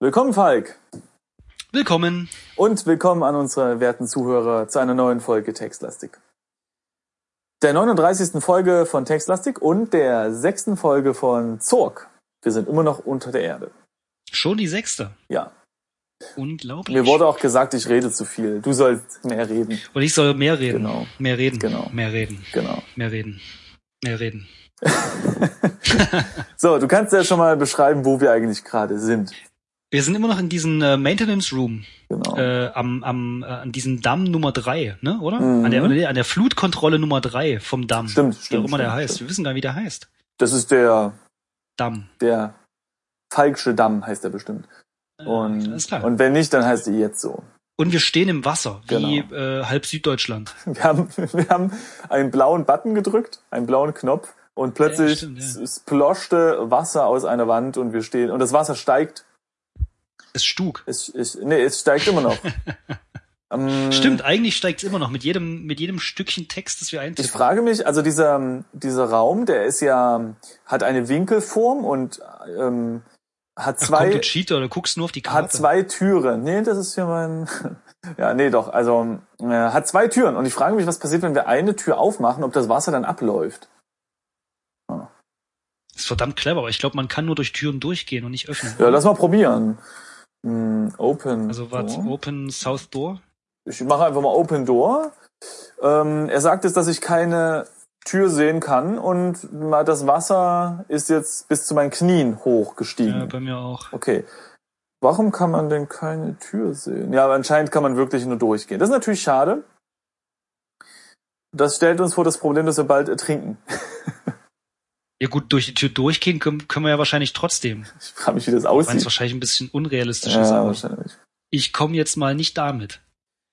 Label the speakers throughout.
Speaker 1: Willkommen, Falk.
Speaker 2: Willkommen.
Speaker 1: Und willkommen an unsere werten Zuhörer zu einer neuen Folge Textlastik. Der 39. Folge von Textlastik und der sechsten Folge von Zorg. Wir sind immer noch unter der Erde.
Speaker 2: Schon die sechste.
Speaker 1: Ja.
Speaker 2: Unglaublich.
Speaker 1: Mir wurde auch gesagt, ich rede zu viel. Du sollst mehr reden.
Speaker 2: Und ich soll mehr reden.
Speaker 1: Genau.
Speaker 2: Mehr reden.
Speaker 1: Genau.
Speaker 2: Mehr reden.
Speaker 1: Genau.
Speaker 2: Mehr reden. Mehr reden.
Speaker 1: So, du kannst ja schon mal beschreiben, wo wir eigentlich gerade sind.
Speaker 2: Wir sind immer noch in diesem äh, Maintenance Room,
Speaker 1: Genau.
Speaker 2: äh, am, am, äh, an diesem Damm Nummer drei, ne, oder?
Speaker 1: Mhm.
Speaker 2: An, der, nee, an der Flutkontrolle Nummer drei vom Damm.
Speaker 1: Stimmt,
Speaker 2: Wie auch
Speaker 1: stimmt.
Speaker 2: immer der
Speaker 1: stimmt,
Speaker 2: heißt.
Speaker 1: Stimmt.
Speaker 2: Wir wissen gar nicht, wie der heißt.
Speaker 1: Das ist der,
Speaker 2: Damm.
Speaker 1: der Falksche Damm heißt er bestimmt.
Speaker 2: Äh,
Speaker 1: Und,
Speaker 2: alles klar. Und,
Speaker 1: und wenn nicht, dann heißt er jetzt so.
Speaker 2: wir stehen im Wasser, wie
Speaker 1: Genau.
Speaker 2: äh, halb Süddeutschland.
Speaker 1: Wir haben, wir haben einen blauen Button gedrückt, einen blauen Knopf und plötzlich
Speaker 2: Ja, stimmt, ja.
Speaker 1: s- sploschte Wasser aus einer Wand und wir stehen und das Wasser steigt.
Speaker 2: Es stug.
Speaker 1: Es, es, nee, es steigt immer noch. Ähm,
Speaker 2: Stimmt, eigentlich steigt's immer noch mit jedem, mit jedem Stückchen Text, das wir
Speaker 1: Ich
Speaker 2: eintippen.
Speaker 1: frage mich, also dieser, dieser Raum, der ist ja, hat eine Winkelform und ähm, hat
Speaker 2: Ach komm,
Speaker 1: zwei,
Speaker 2: du Cheater, du guckst nur auf die Karte.
Speaker 1: hat zwei Türen. Nee, das ist hier mein. Ja, nee, doch. Also äh, hat zwei Türen. Und ich frage mich, was passiert, wenn wir eine Tür aufmachen, ob das Wasser dann abläuft.
Speaker 2: Das ist verdammt clever, aber ich glaube, man kann nur durch Türen durchgehen und nicht öffnen.
Speaker 1: Ja, lass mal probieren. Hm, open.
Speaker 2: also was?
Speaker 1: Door.
Speaker 2: Open South Door?
Speaker 1: Ich mache einfach mal Open Door. Ähm, er sagt jetzt, dass ich keine Tür sehen kann und mal das Wasser ist jetzt bis zu meinen Knien
Speaker 2: Ja,
Speaker 1: hochgestiegen.
Speaker 2: bei mir auch.
Speaker 1: Okay. Warum kann man denn keine Tür sehen? Ja, aber anscheinend kann man wirklich nur durchgehen. Das ist natürlich schade. Das stellt uns vor das Problem, dass wir bald ertrinken.
Speaker 2: Ja gut, durch die Tür durchgehen können, können wir ja wahrscheinlich trotzdem.
Speaker 1: Ich frage mich, wie das
Speaker 2: Weil es
Speaker 1: aussieht.
Speaker 2: wahrscheinlich ein bisschen unrealistisch ist,
Speaker 1: Ja,
Speaker 2: aber
Speaker 1: wahrscheinlich.
Speaker 2: ich komme jetzt mal nicht damit.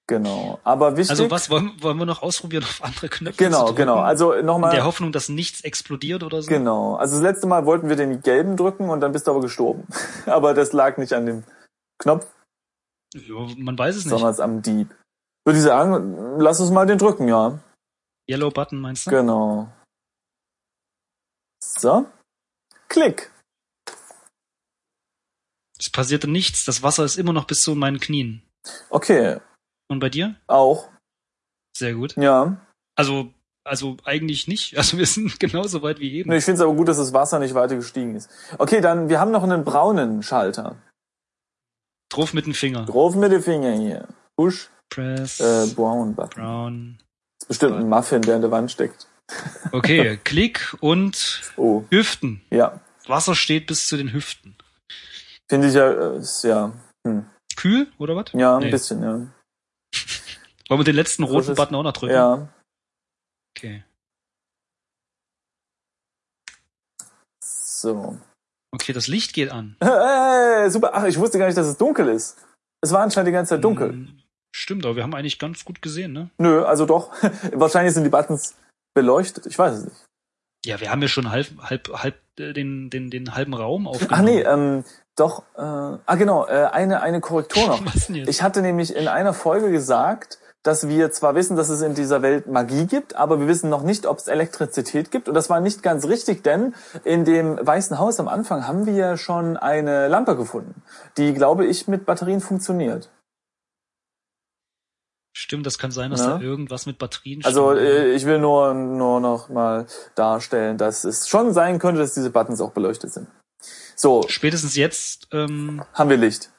Speaker 1: Genau. Aber wichtig.
Speaker 2: Also was wollen, wollen wir noch ausprobieren, auf andere Knöpfe zu
Speaker 1: genau,
Speaker 2: drücken?
Speaker 1: genau. Also
Speaker 2: In der
Speaker 1: nochmal.
Speaker 2: Hoffnung, dass nichts explodiert oder so.
Speaker 1: Genau. Also das letzte Mal wollten wir den gelben drücken und dann bist du aber gestorben. aber das lag nicht an dem Knopf,
Speaker 2: Ja, man weiß es nicht.
Speaker 1: sondern am Dieb. Würde ich sagen, lass uns mal den drücken, ja.
Speaker 2: Yellow Button meinst du?
Speaker 1: Genau. So. Klick.
Speaker 2: Es passierte nichts. Das Wasser ist immer noch bis zu meinen Knien.
Speaker 1: Okay.
Speaker 2: Und bei dir?
Speaker 1: Auch,
Speaker 2: Sehr gut.
Speaker 1: ja.
Speaker 2: Also, also eigentlich nicht. Also wir sind genauso weit wie eben.
Speaker 1: Nee, Ich finde es aber gut, dass das Wasser nicht weiter gestiegen ist. Okay, dann, wir haben noch einen braunen Schalter.
Speaker 2: Drauf mit dem Finger.
Speaker 1: Drauf mit dem Finger hier. Push,
Speaker 2: Press.
Speaker 1: äh, brown button.
Speaker 2: Brown.
Speaker 1: Ist bestimmt ein Muffin, der in der Wand steckt.
Speaker 2: Okay, Klick und
Speaker 1: Oh,
Speaker 2: Hüften.
Speaker 1: ja.
Speaker 2: Wasser steht bis zu den Hüften.
Speaker 1: Finde ich ja, äh, ist ja,
Speaker 2: Kühl oder was?
Speaker 1: ja, ein
Speaker 2: Nee.
Speaker 1: bisschen, ja.
Speaker 2: Wollen wir den letzten roten
Speaker 1: Frisches-
Speaker 2: Button auch noch drücken?
Speaker 1: Ja.
Speaker 2: Okay.
Speaker 1: So.
Speaker 2: Okay, das Licht geht an.
Speaker 1: Hey, super. Ach, ich wusste gar nicht, dass es dunkel ist. Es war anscheinend die ganze Zeit Äh, dunkel.
Speaker 2: Hm, Stimmt, aber wir haben eigentlich ganz gut gesehen, ne?
Speaker 1: Nö, also doch. Wahrscheinlich sind die Buttons beleuchtet. Ich weiß es nicht.
Speaker 2: Ja, wir haben ja schon halb, halb, halb äh, den, den, den halben Raum aufgenommen.
Speaker 1: Ach nee, ähm, doch. Äh, ah genau, äh, eine, eine Korrektur noch.
Speaker 2: Was denn jetzt?
Speaker 1: Ich hatte nämlich in einer Folge gesagt, dass wir zwar wissen, dass es in dieser Welt Magie gibt, aber wir wissen noch nicht, ob es Elektrizität gibt. Und das war nicht ganz richtig, denn in dem Weißen Haus am Anfang haben wir ja schon eine Lampe gefunden, die, glaube ich, mit Batterien funktioniert.
Speaker 2: Stimmt, das kann sein, dass
Speaker 1: Ja.
Speaker 2: da irgendwas mit Batterien
Speaker 1: Also
Speaker 2: stimmt.
Speaker 1: äh, ich will nur, nur noch mal darstellen, dass es schon sein könnte, dass diese Buttons auch beleuchtet sind. So,
Speaker 2: Spätestens jetzt, ähm,
Speaker 1: haben wir Licht.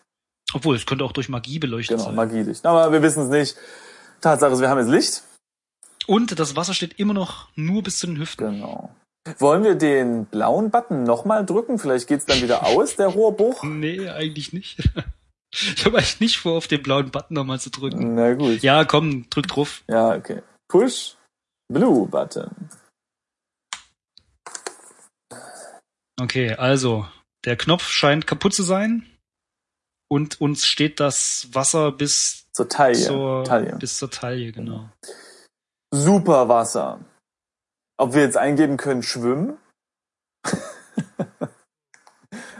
Speaker 2: obwohl, es könnte auch durch Magie beleuchtet
Speaker 1: Genau,
Speaker 2: sein.
Speaker 1: Magielicht. Aber wir wissen es nicht. Tatsache ist, wir haben jetzt Licht.
Speaker 2: Und das Wasser steht immer noch nur bis zu den Hüften.
Speaker 1: Genau. Wollen wir den blauen Button nochmal drücken? Vielleicht geht's dann wieder aus, der Rohrbruch.
Speaker 2: Nee, eigentlich nicht. Ich habe eigentlich nicht vor, auf den blauen Button nochmal zu drücken.
Speaker 1: Na gut.
Speaker 2: Ja, komm, drück drauf.
Speaker 1: Ja, okay. Push Blue Button.
Speaker 2: Okay, also, der Knopf scheint kaputt zu sein. Und uns steht das Wasser bis
Speaker 1: Zur Taille.
Speaker 2: zur,
Speaker 1: Taille.
Speaker 2: Bis zur Taille, genau.
Speaker 1: Super Wasser. Ob wir jetzt eingeben können, schwimmen?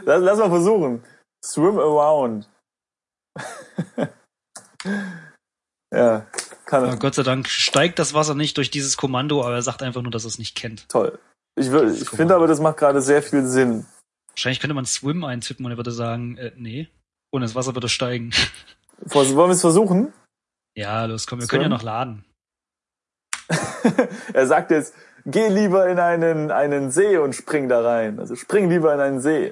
Speaker 1: lass, lass mal versuchen. Swim around. ja, kann
Speaker 2: Aber Gott sei Dank steigt das Wasser nicht durch dieses Kommando, aber er sagt einfach nur, dass er es nicht kennt.
Speaker 1: Toll. Ich, wür- ich finde aber, das macht gerade sehr viel Sinn.
Speaker 2: Wahrscheinlich könnte man Swim eintippen und er würde sagen, äh, nee. Und das Wasser würde steigen.
Speaker 1: Wollen wir es versuchen?
Speaker 2: Ja, los, komm, wir so. können ja noch laden.
Speaker 1: er sagt jetzt, geh lieber in einen, einen See und spring da rein. Also spring lieber in einen See.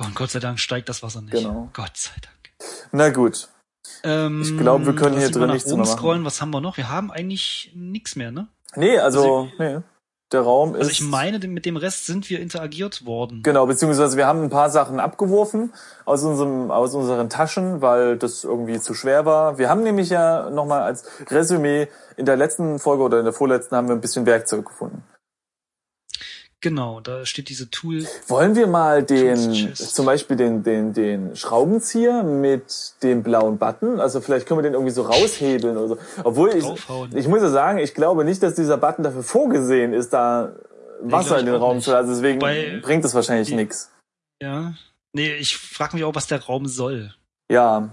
Speaker 2: Oh, und Gott sei Dank steigt das Wasser nicht. Genau. Gott sei Dank.
Speaker 1: Na gut.
Speaker 2: Ähm,
Speaker 1: ich glaube, wir können hier drin nichts
Speaker 2: mehr machen. Scrollen. Was haben wir noch? Wir haben eigentlich nichts mehr, ne?
Speaker 1: Nee, also, also nee. der Raum ist...
Speaker 2: Also ich meine, mit dem Rest sind wir interagiert worden.
Speaker 1: Genau, beziehungsweise wir haben ein paar Sachen abgeworfen aus, unserem, aus unseren Taschen, weil das irgendwie zu schwer war. Wir haben nämlich ja nochmal als Resümee in der letzten Folge oder in der vorletzten haben wir ein bisschen Werkzeug gefunden.
Speaker 2: Genau, da steht diese Tool.
Speaker 1: Wollen wir mal den, zum Beispiel den, den, den Schraubenzieher mit dem blauen Button? Also vielleicht können wir den irgendwie so raushebeln oder so. Obwohl ich, Draufhauen. ich muss ja sagen, ich glaube nicht, dass dieser Button dafür vorgesehen ist, da Wasser nee, in den Raum nicht. zu lassen. Also Deswegen Wobei, bringt es wahrscheinlich nichts.
Speaker 2: Ja. Nee, ich frage mich auch, was der Raum soll.
Speaker 1: Ja.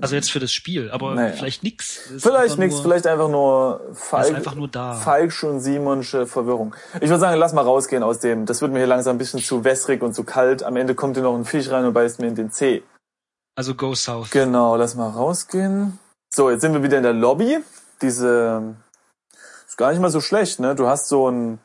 Speaker 2: Also jetzt für das Spiel, aber naja. vielleicht nix.
Speaker 1: Vielleicht nix, nur, vielleicht einfach nur
Speaker 2: Falk, einfach nur da.
Speaker 1: Falsch und Simonsche Verwirrung. Ich würde sagen, lass mal rausgehen aus dem. Das wird mir hier langsam ein bisschen zu wässrig und zu kalt. Am Ende kommt hier noch ein Fisch rein und beißt mir in den Zeh.
Speaker 2: Also go south.
Speaker 1: Genau, lass mal rausgehen. So, jetzt sind wir wieder in der Lobby. Diese ist gar nicht mal so schlecht, ne? Du hast so ein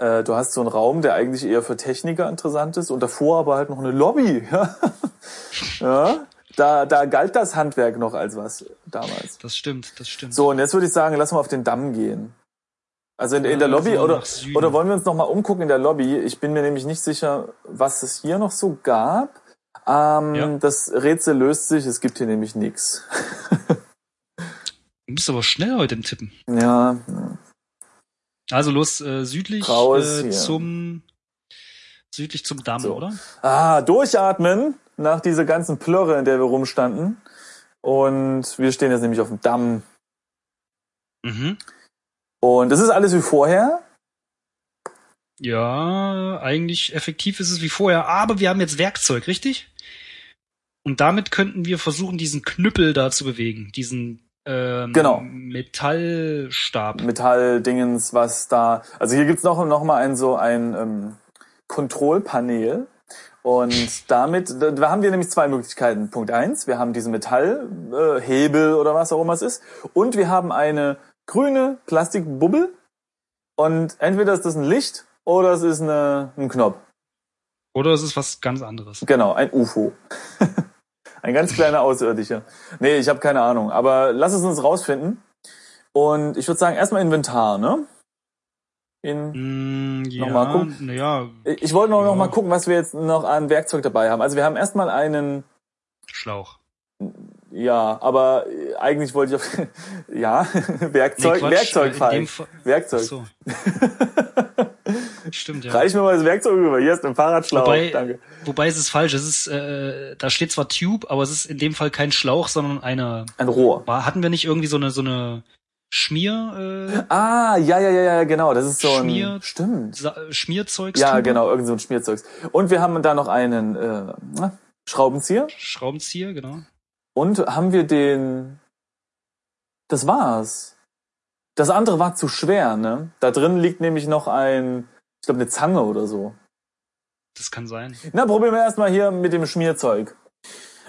Speaker 1: äh, du hast so einen Raum, der eigentlich eher für Techniker interessant ist und davor aber halt noch eine Lobby. ja? Da, da galt das Handwerk noch als was damals.
Speaker 2: Das stimmt, das stimmt.
Speaker 1: So, und jetzt würde ich sagen, lass mal auf den Damm gehen. Also in, in der Lobby oder, oder wollen wir uns noch mal umgucken in der Lobby? Ich bin mir nämlich nicht sicher, was es hier noch so gab. Ähm, ja. Das Rätsel löst sich, es gibt hier nämlich nichts.
Speaker 2: Du bist aber schnell heute im Tippen.
Speaker 1: Ja.
Speaker 2: Also los äh, südlich Raus, äh, zum südlich zum Damm, so. oder?
Speaker 1: Ah, durchatmen nach dieser ganzen Plörre, in der wir rumstanden. Und wir stehen jetzt nämlich auf dem Damm.
Speaker 2: Mhm.
Speaker 1: Und das ist alles wie vorher.
Speaker 2: Ja, eigentlich effektiv ist es wie vorher, aber wir haben jetzt Werkzeug, richtig? Und damit könnten wir versuchen, diesen Knüppel da zu bewegen, diesen ähm,
Speaker 1: genau.
Speaker 2: Metallstab.
Speaker 1: Metalldingens, was da. Also hier gibt's noch, noch mal ein so ein ähm, Kontrollpanel, und damit da haben wir nämlich zwei Möglichkeiten. Punkt eins, wir haben diesen Metallhebel äh, Hebel oder was auch immer es ist. Und wir haben eine grüne Plastikbubbel. Und entweder ist das ein Licht oder es ist eine, ein Knopf.
Speaker 2: Oder es ist was ganz anderes.
Speaker 1: Genau, ein UFO. ein ganz kleiner Außerirdischer. Nee, ich habe keine Ahnung. Aber lass es uns rausfinden. Und ich würde sagen, erstmal Inventar, ne?
Speaker 2: in mm, ja, nochmal gucken. Ja,
Speaker 1: ich wollte noch, ja. noch mal gucken, was wir jetzt noch an Werkzeug dabei haben. Also wir haben erstmal einen
Speaker 2: Schlauch.
Speaker 1: Ja, aber äh, eigentlich wollte ich auf ja Werkzeug nee, Werkzeug fallen. Werkzeug. So.
Speaker 2: Stimmt ja.
Speaker 1: Reich mir mal das Werkzeug rüber. Hier ist ein Fahrradschlauch.
Speaker 2: Wobei,
Speaker 1: Danke.
Speaker 2: Wobei es ist falsch. Es ist äh, da steht zwar Tube, aber es ist in dem Fall kein Schlauch, sondern eine
Speaker 1: ein Rohr.
Speaker 2: War, hatten wir nicht irgendwie so eine so eine Schmier.
Speaker 1: Äh, ah, ja, ja, ja, ja, genau. Das ist so ein
Speaker 2: Schmier,
Speaker 1: stimmt.
Speaker 2: Sa Schmierzeugs.
Speaker 1: Ja, genau, irgend so ein Schmierzeugs. Und wir haben da noch einen äh, Schraubenzieher.
Speaker 2: Schraubenzieher, genau.
Speaker 1: Und haben wir den. Das war's. Das andere war zu schwer, ne? Da drin liegt nämlich noch ein, ich glaube, eine Zange oder so.
Speaker 2: Das kann sein.
Speaker 1: Na, probieren wir erstmal hier mit dem Schmierzeug.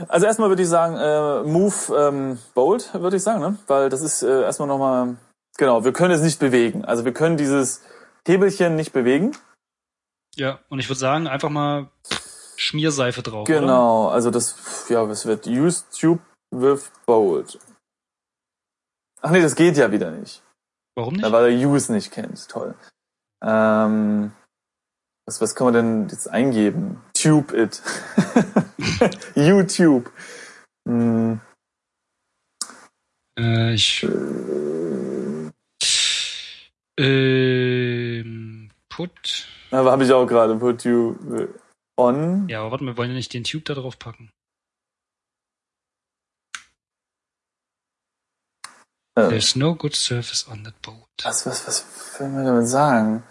Speaker 1: Also erstmal würde ich sagen, äh, Move ähm, Bold, würde ich sagen, ne? Weil das ist äh, erstmal nochmal. Genau, wir können es nicht bewegen. Also wir können dieses Hebelchen nicht bewegen.
Speaker 2: Ja, und ich würde sagen, einfach mal Schmierseife drauf.
Speaker 1: Genau,
Speaker 2: oder?
Speaker 1: also das, ja, es wird Use Tube with Bold. Ach nee, das geht ja wieder nicht.
Speaker 2: Warum nicht?
Speaker 1: Ja, weil er Use nicht kennt. Toll. Ähm, was, was kann man denn jetzt eingeben? Tube it. YouTube. Hm.
Speaker 2: Äh, ich. Ähm, put.
Speaker 1: Aber habe ich auch gerade. Put you on.
Speaker 2: Ja, aber warte, wir wollen ja nicht den Tube da drauf packen.
Speaker 1: Äh.
Speaker 2: Ähm. There's no good surface on that boat.
Speaker 1: Was, was, was will man damit sagen?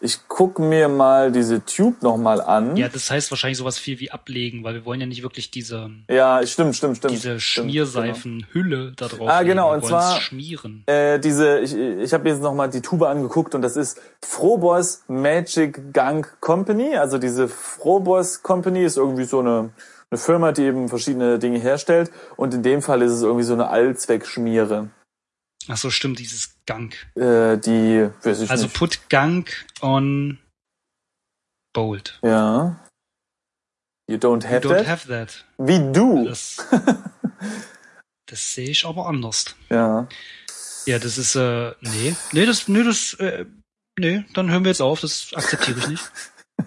Speaker 1: Ich guck mir mal diese Tube nochmal an.
Speaker 2: Ja, das heißt wahrscheinlich sowas viel wie ablegen, weil wir wollen ja nicht wirklich diese.
Speaker 1: Ja, stimmt, stimmt, stimmt.
Speaker 2: Diese
Speaker 1: stimmt, genau.
Speaker 2: Schmierseifen-Hülle da drauf.
Speaker 1: Ah, genau. Und zwar
Speaker 2: schmieren.
Speaker 1: Äh, diese. Ich, ich habe jetzt nochmal die Tube angeguckt und das ist Frobos Magic Gang Company. Also diese Frobos Company ist irgendwie so eine eine Firma, die eben verschiedene Dinge herstellt. Und in dem Fall ist es irgendwie so eine Allzweckschmiere,
Speaker 2: Ach so, stimmt, dieses Gunk.
Speaker 1: äh, die, weiß ich
Speaker 2: Also
Speaker 1: nicht.
Speaker 2: put Gunk on Bold.
Speaker 1: Ja. You don't
Speaker 2: You
Speaker 1: have
Speaker 2: don't
Speaker 1: that? Oh.
Speaker 2: have that.
Speaker 1: We do.
Speaker 2: Das, das sehe ich aber anders.
Speaker 1: Ja.
Speaker 2: Ja, das ist, äh, nee. Nee, das, nee, das, äh, nee, dann hören wir jetzt auf, das akzeptiere ich nicht.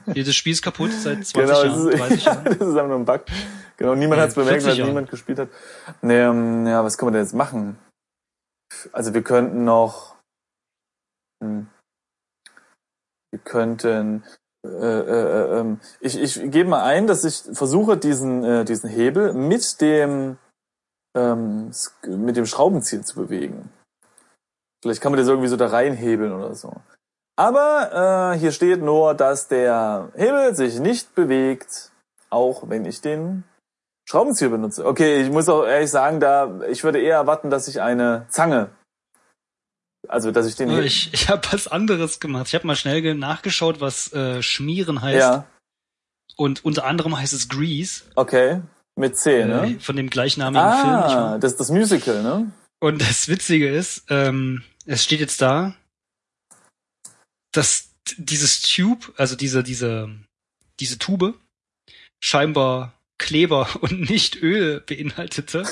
Speaker 2: Dieses Spiel ist kaputt seit 20 Jahren,
Speaker 1: das
Speaker 2: 30
Speaker 1: Genau, ist,
Speaker 2: Jahren.
Speaker 1: das ist einfach nur ein Bug. Genau, niemand
Speaker 2: Ja,
Speaker 1: hat es bemerkt,
Speaker 2: 40
Speaker 1: weil
Speaker 2: Jahre.
Speaker 1: niemand gespielt hat. Nee, ähm, ja, was können wir denn jetzt machen? Also wir könnten noch. Hm, wir könnten. Äh, äh, äh, ähm, ich ich gebe mal ein, dass ich versuche, diesen, äh, diesen Hebel mit dem, ähm, Sk- mit dem Schraubenzieher zu bewegen. Vielleicht kann man das irgendwie so da reinhebeln oder so. Aber äh, hier steht nur, dass der Hebel sich nicht bewegt, auch wenn ich den Schraubenzieher benutze. Okay, ich muss auch ehrlich sagen, da ich würde eher erwarten, dass ich eine Zange, also dass ich den
Speaker 2: Ja,
Speaker 1: Hebel-
Speaker 2: Ich, ich habe was anderes gemacht. Ich habe mal schnell ge- nachgeschaut, was äh, Schmieren heißt.
Speaker 1: ja,
Speaker 2: Und unter anderem heißt es Grease,
Speaker 1: okay, mit C, ne?
Speaker 2: äh, von dem gleichnamigen Film. Ich
Speaker 1: Ah,
Speaker 2: war-
Speaker 1: das ist das Musical, ne?
Speaker 2: Und das Witzige ist, ähm, es steht jetzt da, dass t- dieses Tube, also diese, diese, diese Tube, scheinbar Kleber und nicht Öl beinhaltete,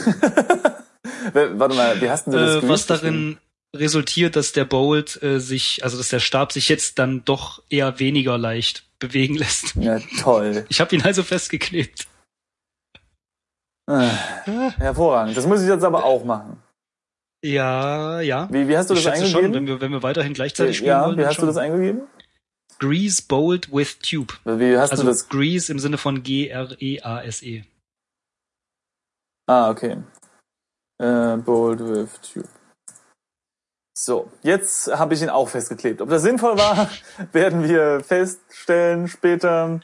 Speaker 1: W- Warte mal, wie hast denn du das
Speaker 2: äh,
Speaker 1: Grease
Speaker 2: was darin resultiert, dass der Bolt äh, sich, also dass der Stab sich jetzt dann doch eher weniger leicht bewegen lässt.
Speaker 1: geschrieben? Ja, toll.
Speaker 2: Ich habe ihn also festgeklebt.
Speaker 1: Ah, Hervorragend. Das muss ich jetzt aber auch machen.
Speaker 2: Ja, ja.
Speaker 1: Wie, wie hast du
Speaker 2: Ich
Speaker 1: das
Speaker 2: schätze schon, wenn
Speaker 1: eingegeben?
Speaker 2: wir, wenn wir weiterhin gleichzeitig spielen
Speaker 1: ja,
Speaker 2: wollen.
Speaker 1: wie
Speaker 2: dann
Speaker 1: hast du
Speaker 2: schon.
Speaker 1: das eingegeben?
Speaker 2: Grease Bolt with Tube.
Speaker 1: Wie hast
Speaker 2: Also
Speaker 1: du das
Speaker 2: Grease im Sinne von E G-R-E-A-S-E.
Speaker 1: Ah, okay. Äh, bold with tube. So, jetzt habe ich ihn auch festgeklebt. Ob das sinnvoll war, werden wir feststellen später.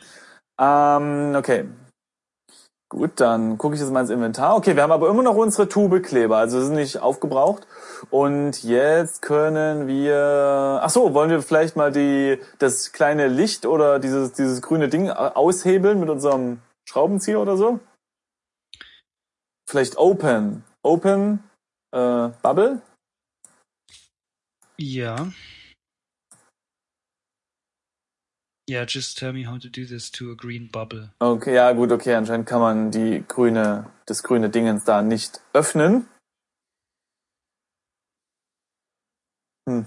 Speaker 1: Ähm, okay. Gut, dann gucke ich jetzt mal ins Inventar. Okay, wir haben aber immer noch unsere Tubekleber, also sie sind nicht aufgebraucht. Und jetzt können wir. Ach so, wollen wir vielleicht mal die das kleine Licht oder dieses dieses grüne Ding aushebeln mit unserem Schraubenzieher oder so? vielleicht Open. Open äh, Bubble.
Speaker 2: Ja. Yeah, just tell me how to do this to a green bubble.
Speaker 1: Okay, ja gut, okay, anscheinend kann man die grüne, das grüne Dingens da nicht öffnen. Hm.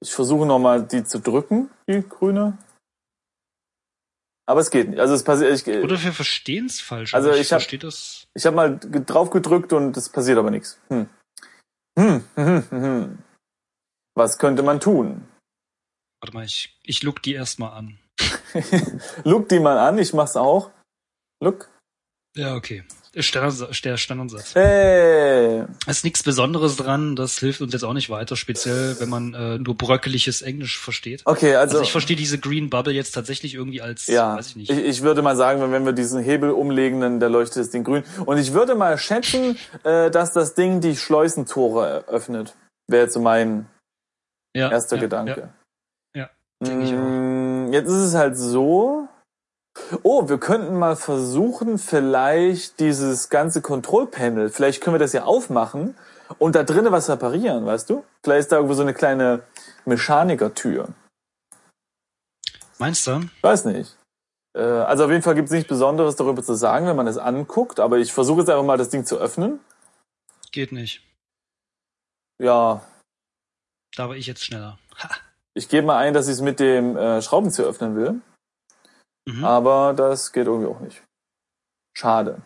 Speaker 1: Ich versuche nochmal die zu drücken, die grüne. Aber es geht nicht. Also es passiert. Ich,
Speaker 2: Oder wir verstehen es falsch.
Speaker 1: Also
Speaker 2: aber
Speaker 1: ich hab-
Speaker 2: verstehe das.
Speaker 1: Ich habe mal ge- drauf gedrückt und es passiert aber nichts. Hm. Hm, hm, hm, hm. Was könnte man tun?
Speaker 2: Warte mal, ich, ich look die erstmal an.
Speaker 1: Look die mal an, ich mach's auch. Look.
Speaker 2: Ja, okay. Standards- Der Standardsatz.
Speaker 1: Hey.
Speaker 2: Da ist nichts Besonderes dran, das hilft uns jetzt auch nicht weiter, speziell wenn man äh, nur bröckeliges Englisch versteht.
Speaker 1: Okay, also,
Speaker 2: Also, ich verstehe diese Green Bubble jetzt tatsächlich irgendwie als,
Speaker 1: ja,
Speaker 2: weiß ich nicht.
Speaker 1: ich, ich würde mal sagen, wenn- wenn wir diesen Hebel umlegen, dann da leuchtet das Ding grün. Und ich würde mal schätzen, äh, dass das Ding die Schleusentore öffnet. Wäre jetzt so mein
Speaker 2: ja,
Speaker 1: erster
Speaker 2: ja,
Speaker 1: Gedanke.
Speaker 2: ja. Denke ich auch.
Speaker 1: Mm, Jetzt ist es halt so. Oh, wir könnten mal versuchen, vielleicht dieses ganze Kontrollpanel, vielleicht können wir das ja aufmachen und da drinnen was reparieren, weißt du? Vielleicht ist da irgendwo so eine kleine Mechanikertür.
Speaker 2: Ja. Meinst du?
Speaker 1: Weiß nicht. Äh, Also auf jeden Fall gibt's nichts Besonderes darüber zu sagen, wenn man es anguckt, aber ich versuche jetzt einfach mal das Ding zu öffnen.
Speaker 2: Geht nicht.
Speaker 1: Ja,
Speaker 2: Da war ich jetzt schneller. Ha.
Speaker 1: ich gebe mal ein, dass ich es mit dem äh, Schraubenzieher öffnen will,
Speaker 2: Mhm.
Speaker 1: aber das geht irgendwie auch nicht. Schade.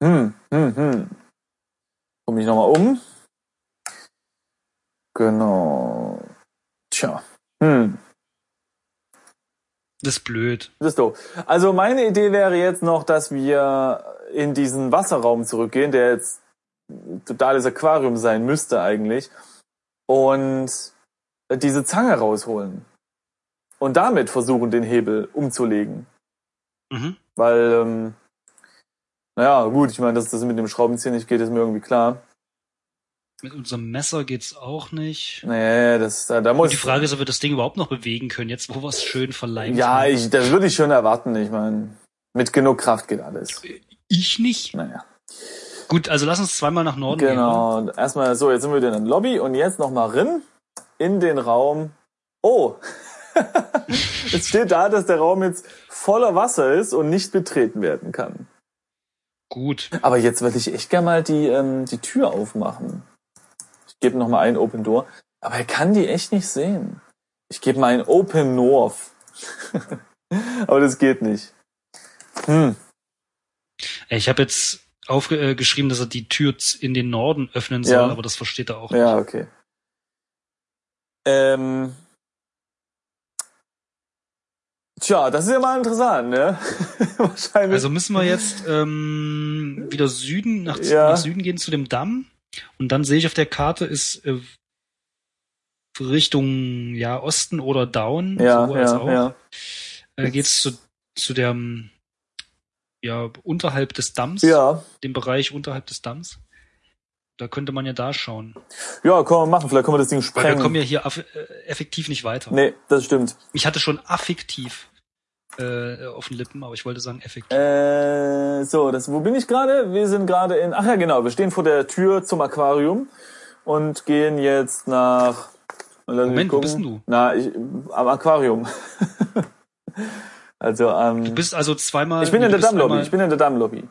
Speaker 1: Hm, hm, hm. Komm mich nochmal um. Genau. Tja. Hm.
Speaker 2: Das ist blöd.
Speaker 1: Das ist doof. Also meine Idee wäre jetzt noch, dass wir in diesen Wasserraum zurückgehen, der jetzt ein totales Aquarium sein müsste eigentlich, und diese Zange rausholen. Und damit versuchen, den Hebel umzulegen.
Speaker 2: Mhm.
Speaker 1: Weil, ähm, naja, gut, ich meine, dass das mit dem Schraubenzieher nicht geht, ist mir irgendwie klar.
Speaker 2: Mit unserem Messer geht's auch nicht.
Speaker 1: Nee, das, da, da muss...
Speaker 2: Und die Frage ist, ob wir das Ding überhaupt noch bewegen können, jetzt wo wir es schön verleimt
Speaker 1: ja,
Speaker 2: haben.
Speaker 1: ich, das würde ich schon erwarten, ich meine. Mit genug Kraft geht alles.
Speaker 2: Ich nicht.
Speaker 1: Naja.
Speaker 2: Gut, also lass uns zweimal nach Norden gehen. ne?
Speaker 1: Genau. Und Erstmal so, jetzt sind wir wieder in der Lobby und jetzt nochmal rin in den Raum. Oh! es steht da, dass der Raum jetzt voller Wasser ist und nicht betreten werden kann.
Speaker 2: Gut.
Speaker 1: Aber jetzt würde ich echt gerne mal die, ähm, die Tür aufmachen. Ich gebe nochmal ein Open Door. Aber er kann die echt nicht sehen. Ich gebe mal ein Open North. Aber das geht nicht. Hm.
Speaker 2: Äh, Ich habe jetzt aufgeschrieben, dass er die Tür z- in den Norden öffnen soll,
Speaker 1: Ja.
Speaker 2: aber das versteht er auch
Speaker 1: Ja, okay. Ähm. Tja, das ist ja mal interessant, ne? Wahrscheinlich.
Speaker 2: Also müssen wir jetzt ähm, wieder Süden, nach,
Speaker 1: Ja.
Speaker 2: nach Süden gehen zu dem Damm. Und dann sehe ich auf der Karte ist äh, Richtung ja Osten oder Down,
Speaker 1: ja,
Speaker 2: so als
Speaker 1: ja,
Speaker 2: auch.
Speaker 1: ja.
Speaker 2: Äh, geht's zu, zu der ähm, ja unterhalb des Damms,
Speaker 1: Ja,
Speaker 2: dem Bereich unterhalb des Damms. Da könnte man ja da schauen.
Speaker 1: ja, können wir machen. Vielleicht können wir das Ding
Speaker 2: Weil
Speaker 1: sprengen.
Speaker 2: wir kommen ja hier aff äh, effektiv nicht weiter.
Speaker 1: nee, das stimmt.
Speaker 2: Ich hatte schon affektiv äh, auf den Lippen, aber ich wollte sagen effektiv.
Speaker 1: Äh, so, das, wo bin ich gerade? Wir sind gerade in, ach ja, genau, wir stehen vor der Tür zum Aquarium und gehen jetzt nach, und dann
Speaker 2: Moment, wo
Speaker 1: gucken.
Speaker 2: bist denn du?
Speaker 1: Na, ich, am Aquarium. also, ähm,
Speaker 2: Du bist also zweimal.
Speaker 1: ich bin in
Speaker 2: du
Speaker 1: der
Speaker 2: bist
Speaker 1: Dammlobby,
Speaker 2: einmal-
Speaker 1: ich bin in der Dammlobby.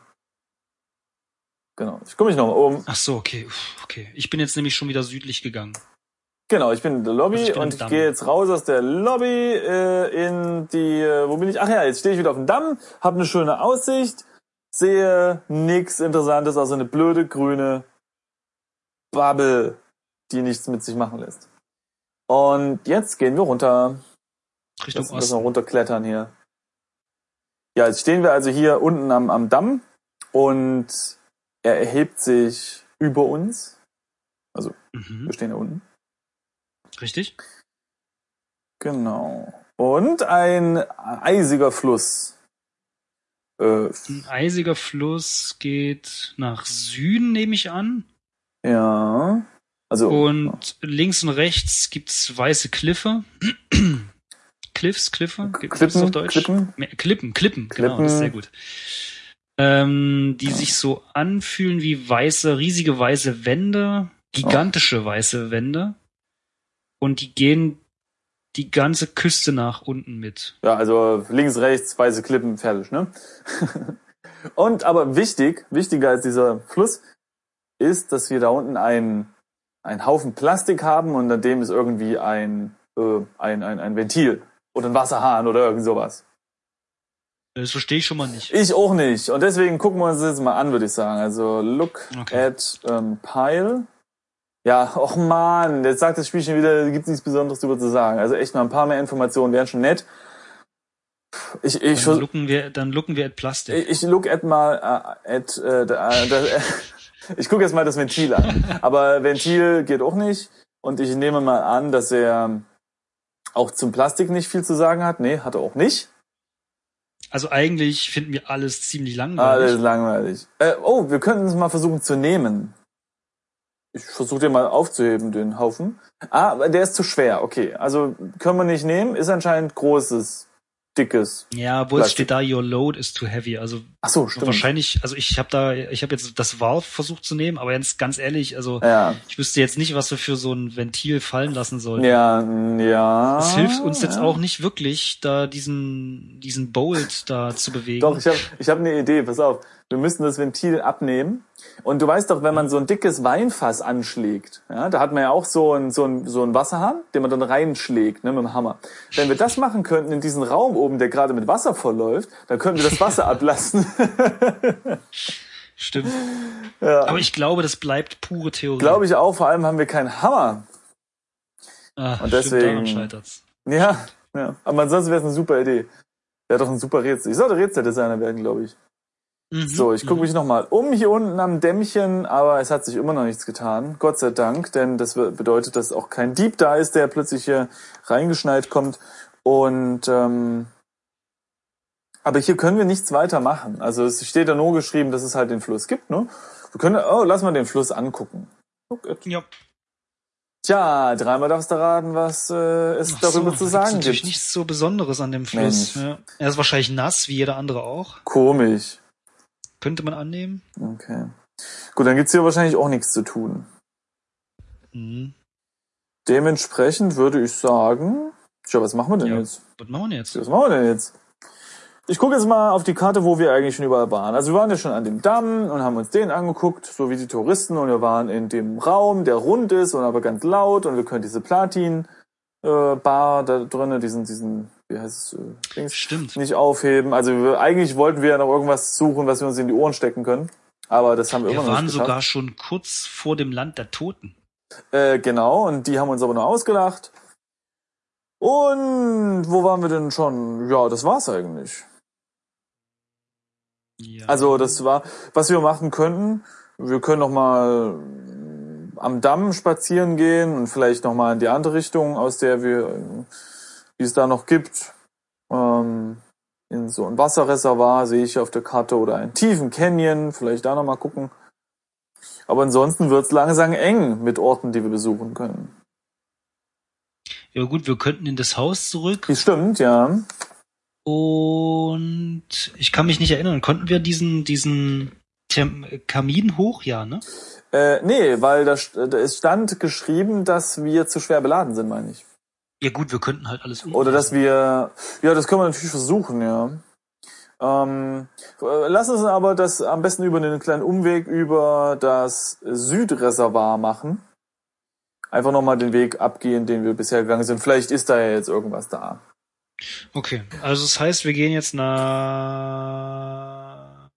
Speaker 1: Genau, ich gucke mich nochmal um.
Speaker 2: Ach so, okay, uff, okay. Ich bin jetzt nämlich schon wieder südlich gegangen.
Speaker 1: Genau, ich bin in der Lobby
Speaker 2: Also ich bin im
Speaker 1: und ich
Speaker 2: Damm.
Speaker 1: gehe jetzt raus aus der Lobby äh, in die, äh, wo bin ich? Ach ja, jetzt stehe ich wieder auf dem Damm, habe eine schöne Aussicht, sehe nichts Interessantes, außer eine blöde grüne Bubble, die nichts mit sich machen lässt. Und jetzt gehen wir runter.
Speaker 2: Richtung
Speaker 1: Lass uns mal
Speaker 2: Osten.
Speaker 1: runterklettern hier. Ja, jetzt stehen wir also hier unten am, am Damm und er erhebt sich über uns.
Speaker 2: Mhm.
Speaker 1: Wir stehen da unten.
Speaker 2: Richtig?
Speaker 1: Genau. Und ein eisiger Fluss. Äh,
Speaker 2: Ein eisiger Fluss geht nach Süden, nehme ich an.
Speaker 1: ja. Also,
Speaker 2: Und links und rechts gibt's weiße Kliffe. Cliffs, Kliffe? Gibt es auf
Speaker 1: Klippen,
Speaker 2: Deutsch?
Speaker 1: Klippen.
Speaker 2: Mehr- Klippen, Klippen, genau,
Speaker 1: Klippen.
Speaker 2: das ist sehr gut. Ähm, die sich so anfühlen wie weiße, riesige weiße Wände, gigantische
Speaker 1: Oh.
Speaker 2: weiße Wände. Und die gehen die ganze Küste nach unten mit.
Speaker 1: Ja, also links, rechts, weiße Klippen, fertig, ne? Und aber wichtig, wichtiger als dieser Fluss, ist, dass wir da unten einen, einen Haufen Plastik haben und an dem ist irgendwie ein, äh, ein, ein, ein Ventil oder ein Wasserhahn oder irgend sowas.
Speaker 2: Das verstehe ich schon mal nicht.
Speaker 1: Ich auch nicht. Und deswegen gucken wir uns das jetzt mal an, würde ich sagen. Also look
Speaker 2: Okay.
Speaker 1: at ähm, Pile. Ja, och man, jetzt sagt das Spielchen wieder, gibt's nichts Besonderes drüber zu sagen. Also echt mal ein paar mehr Informationen wären schon nett. Ich, ich,
Speaker 2: Dann looken wir, dann looken wir at Plastik.
Speaker 1: ich, ich look at mal äh, at äh, da, da, ich gucke jetzt mal das Ventil an. Aber Ventil geht auch nicht. Und ich nehme mal an, dass er auch zum Plastik nicht viel zu sagen hat. Nee, hat er auch nicht.
Speaker 2: Also eigentlich finden wir alles ziemlich
Speaker 1: Alles
Speaker 2: langweilig.
Speaker 1: langweilig. Äh, oh, wir könnten es mal versuchen zu nehmen. Ich versuche den mal aufzuheben, den Haufen. Ah, aber der ist zu schwer. Okay, also können wir nicht nehmen. Ist anscheinend großes, dickes.
Speaker 2: Ja, obwohl es
Speaker 1: Plastik.
Speaker 2: steht da, your load is too heavy. Also
Speaker 1: Ach so, stimmt.
Speaker 2: wahrscheinlich, also ich habe da, ich habe jetzt das Valve versucht zu nehmen, aber jetzt ganz ehrlich, also
Speaker 1: Ja,
Speaker 2: ich wüsste jetzt nicht, was wir für so ein Ventil fallen lassen sollten.
Speaker 1: ja, mm, ja.
Speaker 2: Das hilft uns jetzt
Speaker 1: ja.
Speaker 2: auch nicht wirklich, da diesen, diesen Bolt da zu bewegen.
Speaker 1: Doch, ich habe ich hab eine Idee, pass auf. Wir müssen das Ventil abnehmen. Und du weißt doch, wenn man so ein dickes Weinfass anschlägt, ja, da hat man ja auch so einen so ein, so ein Wasserhahn, den man dann reinschlägt ne, mit dem Hammer. Wenn wir das machen könnten in diesem Raum oben, der gerade mit Wasser verläuft, dann könnten wir das Wasser ablassen.
Speaker 2: Stimmt.
Speaker 1: Ja.
Speaker 2: Aber ich glaube, das bleibt pure Theorie.
Speaker 1: Glaube ich auch, vor allem haben wir keinen Hammer. und
Speaker 2: ah, Stimmt, daran
Speaker 1: deswegen-
Speaker 2: scheitert's.
Speaker 1: Ja, ja. aber ansonsten wäre es eine super Idee. Wäre doch ein super Rätsel. Ich sollte Rätseldesigner werden, glaube ich.
Speaker 2: Mhm.
Speaker 1: So, ich gucke mich nochmal um hier unten am Dämmchen, aber es hat sich immer noch nichts getan. Gott sei Dank, denn das be- bedeutet, dass auch kein Dieb da ist, der plötzlich hier reingeschneit kommt. Und ähm, aber hier können wir nichts weiter machen. Also es steht da nur geschrieben, dass es halt
Speaker 2: äh,
Speaker 1: den Fluss gibt, ne? Wir können, oh, lass mal den Fluss angucken.
Speaker 2: Ja.
Speaker 1: Tja, dreimal darfst du raten, was äh, es
Speaker 2: Ach so,
Speaker 1: darüber zu
Speaker 2: da gibt's
Speaker 1: sagen
Speaker 2: natürlich
Speaker 1: gibt.
Speaker 2: nichts so Besonderes an dem Fluss. Ja. Er ist wahrscheinlich nass, wie jeder andere auch.
Speaker 1: Komisch.
Speaker 2: Könnte man annehmen.
Speaker 1: Okay. Gut, dann gibt's hier wahrscheinlich auch nichts zu tun.
Speaker 2: Mhm.
Speaker 1: Dementsprechend würde ich sagen, tja, was machen wir denn
Speaker 2: Ja.
Speaker 1: jetzt?
Speaker 2: Was machen wir denn jetzt?
Speaker 1: Was machen wir denn jetzt? Ich gucke jetzt mal auf die Karte, wo wir eigentlich schon überall waren. Also wir waren ja schon an dem Damm und haben uns den angeguckt, so wie die Touristen. Und wir waren in dem Raum, der rund ist und aber ganz laut. Und wir können diese Platin-Bar da drinnen, diesen, diesen, wie heißt es, äh, Dings,
Speaker 2: Stimmt.
Speaker 1: nicht aufheben. Also wir, eigentlich wollten wir ja noch irgendwas suchen, was wir uns in die Ohren stecken können. Aber das haben wir,
Speaker 2: Wir
Speaker 1: immer noch
Speaker 2: waren
Speaker 1: nicht geschafft.
Speaker 2: sogar schon kurz vor dem Land der Toten.
Speaker 1: Äh, genau, und die haben uns aber nur ausgelacht. Und wo waren wir denn schon? Ja, das war's eigentlich.
Speaker 2: Ja.
Speaker 1: Also das war, was wir machen könnten. Wir können noch mal am Damm spazieren gehen und vielleicht noch mal in die andere Richtung, aus der wir, äh, die es da noch gibt, ähm, in so ein Wasserreservoir sehe ich auf der Karte oder einen tiefen Canyon, vielleicht da noch mal gucken. Aber ansonsten wird's langsam eng mit Orten, die wir besuchen können.
Speaker 2: ja gut, wir könnten in das Haus zurück.
Speaker 1: Das stimmt, ja.
Speaker 2: Und ich kann mich nicht erinnern, konnten wir diesen, diesen Tem Kamin hoch? Ja, ne?
Speaker 1: Äh, nee, weil da, st- da es stand geschrieben, dass wir zu schwer beladen sind, meine ich.
Speaker 2: Ja gut, wir könnten halt alles um.
Speaker 1: Oder dass wir, ja, das können wir natürlich versuchen, ja. Ähm, äh, lass uns aber das am besten über einen kleinen Umweg über das Südreservoir machen. Einfach nochmal den Weg abgehen, den wir bisher gegangen sind. Vielleicht ist da ja jetzt irgendwas da.
Speaker 2: Okay, also das heißt, wir gehen jetzt nach...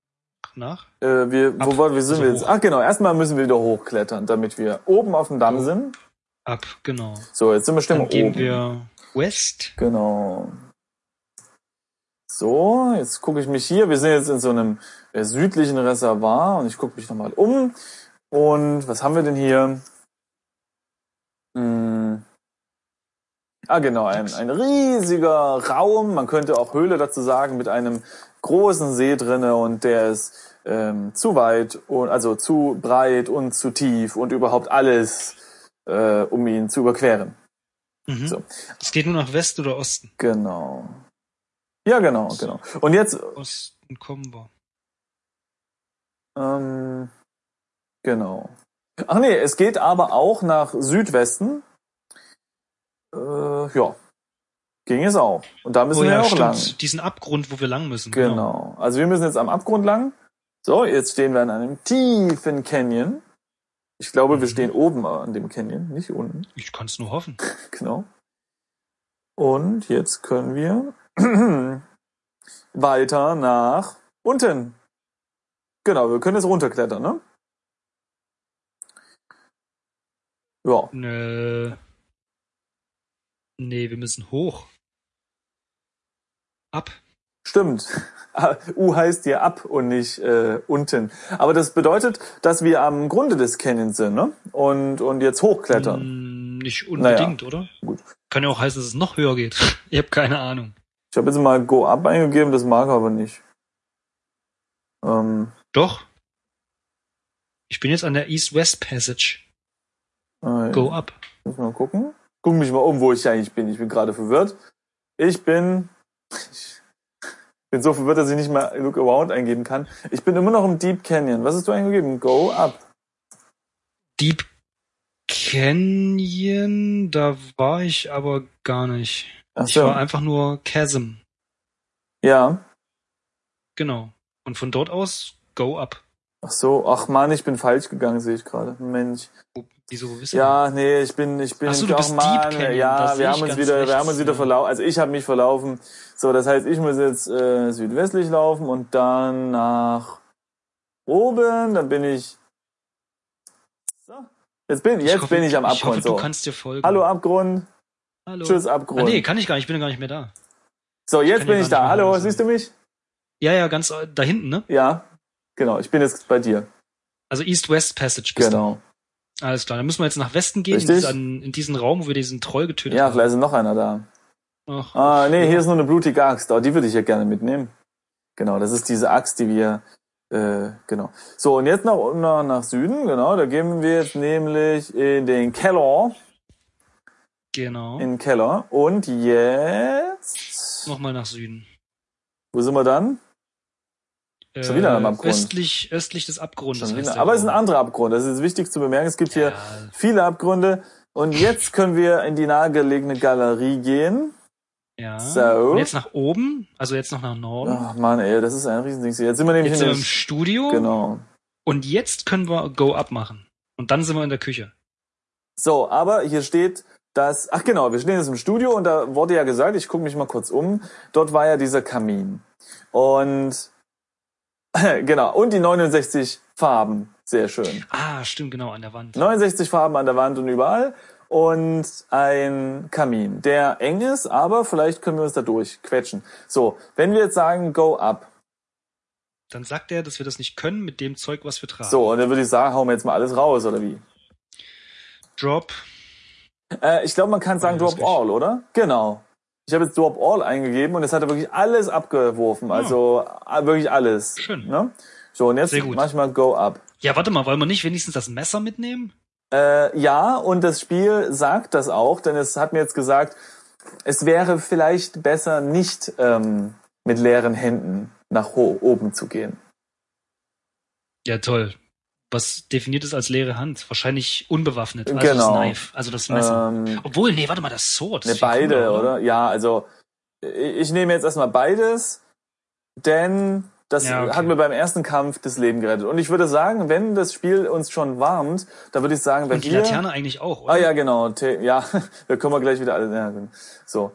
Speaker 2: Nach?
Speaker 1: Äh, wir,
Speaker 2: Ab,
Speaker 1: wo waren wir, sind
Speaker 2: also
Speaker 1: wir jetzt?
Speaker 2: hoch.
Speaker 1: Ach genau, erstmal müssen wir wieder hochklettern, damit wir oben auf dem Damm sind.
Speaker 2: Ab, genau.
Speaker 1: So, jetzt sind wir
Speaker 2: Dann
Speaker 1: bestimmt
Speaker 2: gehen
Speaker 1: oben.
Speaker 2: wir West.
Speaker 1: Genau. So, jetzt gucke ich mich hier. Wir sind jetzt in so einem äh, südlichen Reservoir und ich gucke mich nochmal um. Und was haben wir denn hier? Hm. Ah, genau, ein, ein riesiger Raum. Man könnte auch Höhle dazu sagen, mit einem großen See drinne und der ist ähm, zu weit und also zu breit und zu tief und überhaupt alles, äh, um ihn zu überqueren.
Speaker 2: Mhm.
Speaker 1: So.
Speaker 2: Es geht nur nach West oder Osten.
Speaker 1: Genau. Ja, genau, genau. Und jetzt,
Speaker 2: Osten kommen wir.
Speaker 1: ähm, genau. Ach nee, es geht aber auch nach Südwesten. Äh, ja. Ging es auch. Und da müssen
Speaker 2: Oh
Speaker 1: wir
Speaker 2: ja,
Speaker 1: ja auch
Speaker 2: stimmt.
Speaker 1: lang.
Speaker 2: Diesen Abgrund, wo wir lang müssen.
Speaker 1: Genau. Also wir müssen jetzt am Abgrund lang. So, jetzt stehen wir an einem tiefen Canyon. Ich glaube, wir
Speaker 2: Mhm.
Speaker 1: stehen oben an dem Canyon, nicht unten.
Speaker 2: Ich kann es nur hoffen.
Speaker 1: Genau. Und jetzt können wir weiter nach unten. Genau, wir können jetzt runterklettern, ne? Ja,
Speaker 2: Nö. Nee, wir müssen hoch. Ab.
Speaker 1: stimmt. U heißt ja ab und nicht äh, unten. Aber das bedeutet, dass wir am Grunde des Canyons sind, ne? Und, und jetzt hochklettern.
Speaker 2: Hm, nicht unbedingt, oder?
Speaker 1: gut.
Speaker 2: Kann ja auch heißen, dass es noch höher geht. ich habe keine Ahnung.
Speaker 1: Ich habe jetzt mal Go Up eingegeben, das mag er aber nicht. Ähm,
Speaker 2: Doch. Ich bin jetzt an der East-West Passage.
Speaker 1: äh,
Speaker 2: Go up.
Speaker 1: Muss mal gucken. Guck mich mal um, wo ich eigentlich bin. Ich bin gerade verwirrt. Ich bin. Ich bin so verwirrt, dass ich nicht mal Look Around eingeben kann. Ich bin immer noch im Deep Canyon. Was hast du eingegeben? Go up.
Speaker 2: Deep Canyon, da war ich aber gar nicht.
Speaker 1: Ach
Speaker 2: Ich war
Speaker 1: so.
Speaker 2: einfach nur Chasm.
Speaker 1: Ja.
Speaker 2: Genau. Und von dort aus, go up.
Speaker 1: Ach so. Ach man, ich bin falsch gegangen, sehe ich gerade. Mensch.
Speaker 2: Wo- Wieso wissen
Speaker 1: Ja, nee, ich bin, ich bin
Speaker 2: Ach so,
Speaker 1: nämlich
Speaker 2: du bist
Speaker 1: Mann,
Speaker 2: Deep Canyon. Da
Speaker 1: äh, Ja,
Speaker 2: sehe
Speaker 1: wir
Speaker 2: ich
Speaker 1: haben uns
Speaker 2: ganz
Speaker 1: wieder, wir
Speaker 2: rechts,
Speaker 1: haben uns wieder
Speaker 2: ja.
Speaker 1: verlaufen. Also ich habe mich verlaufen. So, das heißt, ich muss jetzt äh, südwestlich laufen und dann nach oben. Dann bin ich. So, jetzt bin jetzt
Speaker 2: hoffe,
Speaker 1: bin ich am
Speaker 2: Ich hoffe,
Speaker 1: Abgrund.
Speaker 2: du
Speaker 1: So.
Speaker 2: kannst dir folgen.
Speaker 1: Hallo Abgrund.
Speaker 2: Hallo.
Speaker 1: Tschüss
Speaker 2: Ah,
Speaker 1: Abgrund.
Speaker 2: nee, kann ich gar nicht. Ich bin ja gar nicht mehr da.
Speaker 1: so, jetzt
Speaker 2: kann
Speaker 1: bin
Speaker 2: ja
Speaker 1: ich
Speaker 2: gar
Speaker 1: da.
Speaker 2: nicht also.
Speaker 1: Hallo,
Speaker 2: mehr
Speaker 1: siehst du mich?
Speaker 2: Ja, ja, ganz äh, da hinten, ne?
Speaker 1: Ja. Genau, ich bin jetzt bei dir.
Speaker 2: Also East-West Passage. bist
Speaker 1: Genau.
Speaker 2: du. Alles klar. Dann müssen wir jetzt nach Westen gehen, in
Speaker 1: Richtig.
Speaker 2: diesen, in diesen Raum, wo wir diesen Troll getötet
Speaker 1: Ja,
Speaker 2: haben.
Speaker 1: vielleicht ist noch einer da.
Speaker 2: Ach,
Speaker 1: Ah, nee, hier ist nur eine blutige Axt. Oh, die würde ich ja gerne mitnehmen. Genau, das ist diese Axt, die wir, äh, genau. So, und jetzt nach, nach, nach Süden, genau, da gehen wir jetzt nämlich in den Keller.
Speaker 2: Genau.
Speaker 1: in den Keller. Und jetzt.
Speaker 2: Nochmal nach Süden.
Speaker 1: Wo sind wir dann? Schon wieder am Abgrund.
Speaker 2: Äh, Östlich, östlich des Abgrundes.
Speaker 1: Schon
Speaker 2: heißt
Speaker 1: wieder.
Speaker 2: der
Speaker 1: Aber es ist ein
Speaker 2: Raum.
Speaker 1: anderer Abgrund. Das ist wichtig zu bemerken. Es gibt hier
Speaker 2: Ja,
Speaker 1: viele Abgründe. Und jetzt können wir in die nahegelegene Galerie gehen.
Speaker 2: ja.
Speaker 1: So.
Speaker 2: Und jetzt nach oben, also jetzt noch nach Norden.
Speaker 1: Ach Mann, ey, das ist ein Riesending. Jetzt sind wir nämlich
Speaker 2: jetzt
Speaker 1: in
Speaker 2: sind wir
Speaker 1: dem...
Speaker 2: im Studio.
Speaker 1: Genau.
Speaker 2: Und jetzt können wir Go Up machen. Und dann sind wir in der Küche.
Speaker 1: So, aber hier steht, dass... Ach genau, wir stehen jetzt im Studio und da wurde ja gesagt, ich gucke mich mal kurz um, dort war ja dieser Kamin. Und... genau, und die 69 Farben. Sehr schön.
Speaker 2: Ah, stimmt, genau, an der Wand.
Speaker 1: 69 Farben an der Wand und überall und ein Kamin, der eng ist, aber vielleicht können wir uns da durchquetschen. So, wenn wir jetzt sagen Go Up,
Speaker 2: Dann sagt er, dass wir das nicht können mit dem Zeug, was wir tragen.
Speaker 1: so, und dann würde ich sagen, hauen wir jetzt mal alles raus, oder wie?
Speaker 2: Drop.
Speaker 1: Äh, ich glaube, man kann sagen
Speaker 2: Ja, das
Speaker 1: Drop
Speaker 2: ist richtig.
Speaker 1: All, oder? Genau. Ich habe jetzt Drop All eingegeben und jetzt hat er wirklich alles abgeworfen, also äh, wirklich alles.
Speaker 2: Ah. Schön.
Speaker 1: Ne? So, und jetzt
Speaker 2: Sehr gut.
Speaker 1: manchmal Go Up.
Speaker 2: Ja, warte mal, wollen wir nicht wenigstens das Messer mitnehmen?
Speaker 1: Äh, ja, und das Spiel sagt das auch, denn es hat mir jetzt gesagt, es wäre vielleicht besser, nicht ähm, mit leeren Händen nach ho- oben zu gehen.
Speaker 2: Ja, toll. Was definiert es als leere Hand? Wahrscheinlich unbewaffnet. Also
Speaker 1: Genau.
Speaker 2: das Knife, also das Messer.
Speaker 1: Ähm,
Speaker 2: Obwohl, nee, warte mal, das Sword.
Speaker 1: ne,
Speaker 2: ist viel
Speaker 1: beide,
Speaker 2: cooler,
Speaker 1: oder? Ja, also i- ich nehme jetzt erstmal beides, denn das
Speaker 2: Ja, okay.
Speaker 1: hat mir beim ersten Kampf das Leben gerettet. Und ich würde sagen, wenn das Spiel uns schon warnt, dann würde ich sagen, wenn
Speaker 2: Und die
Speaker 1: wir...
Speaker 2: Laterne eigentlich auch, oder?
Speaker 1: Ah ja, genau. Te ja, da kommen wir gleich wieder alle. Ja, gut. so.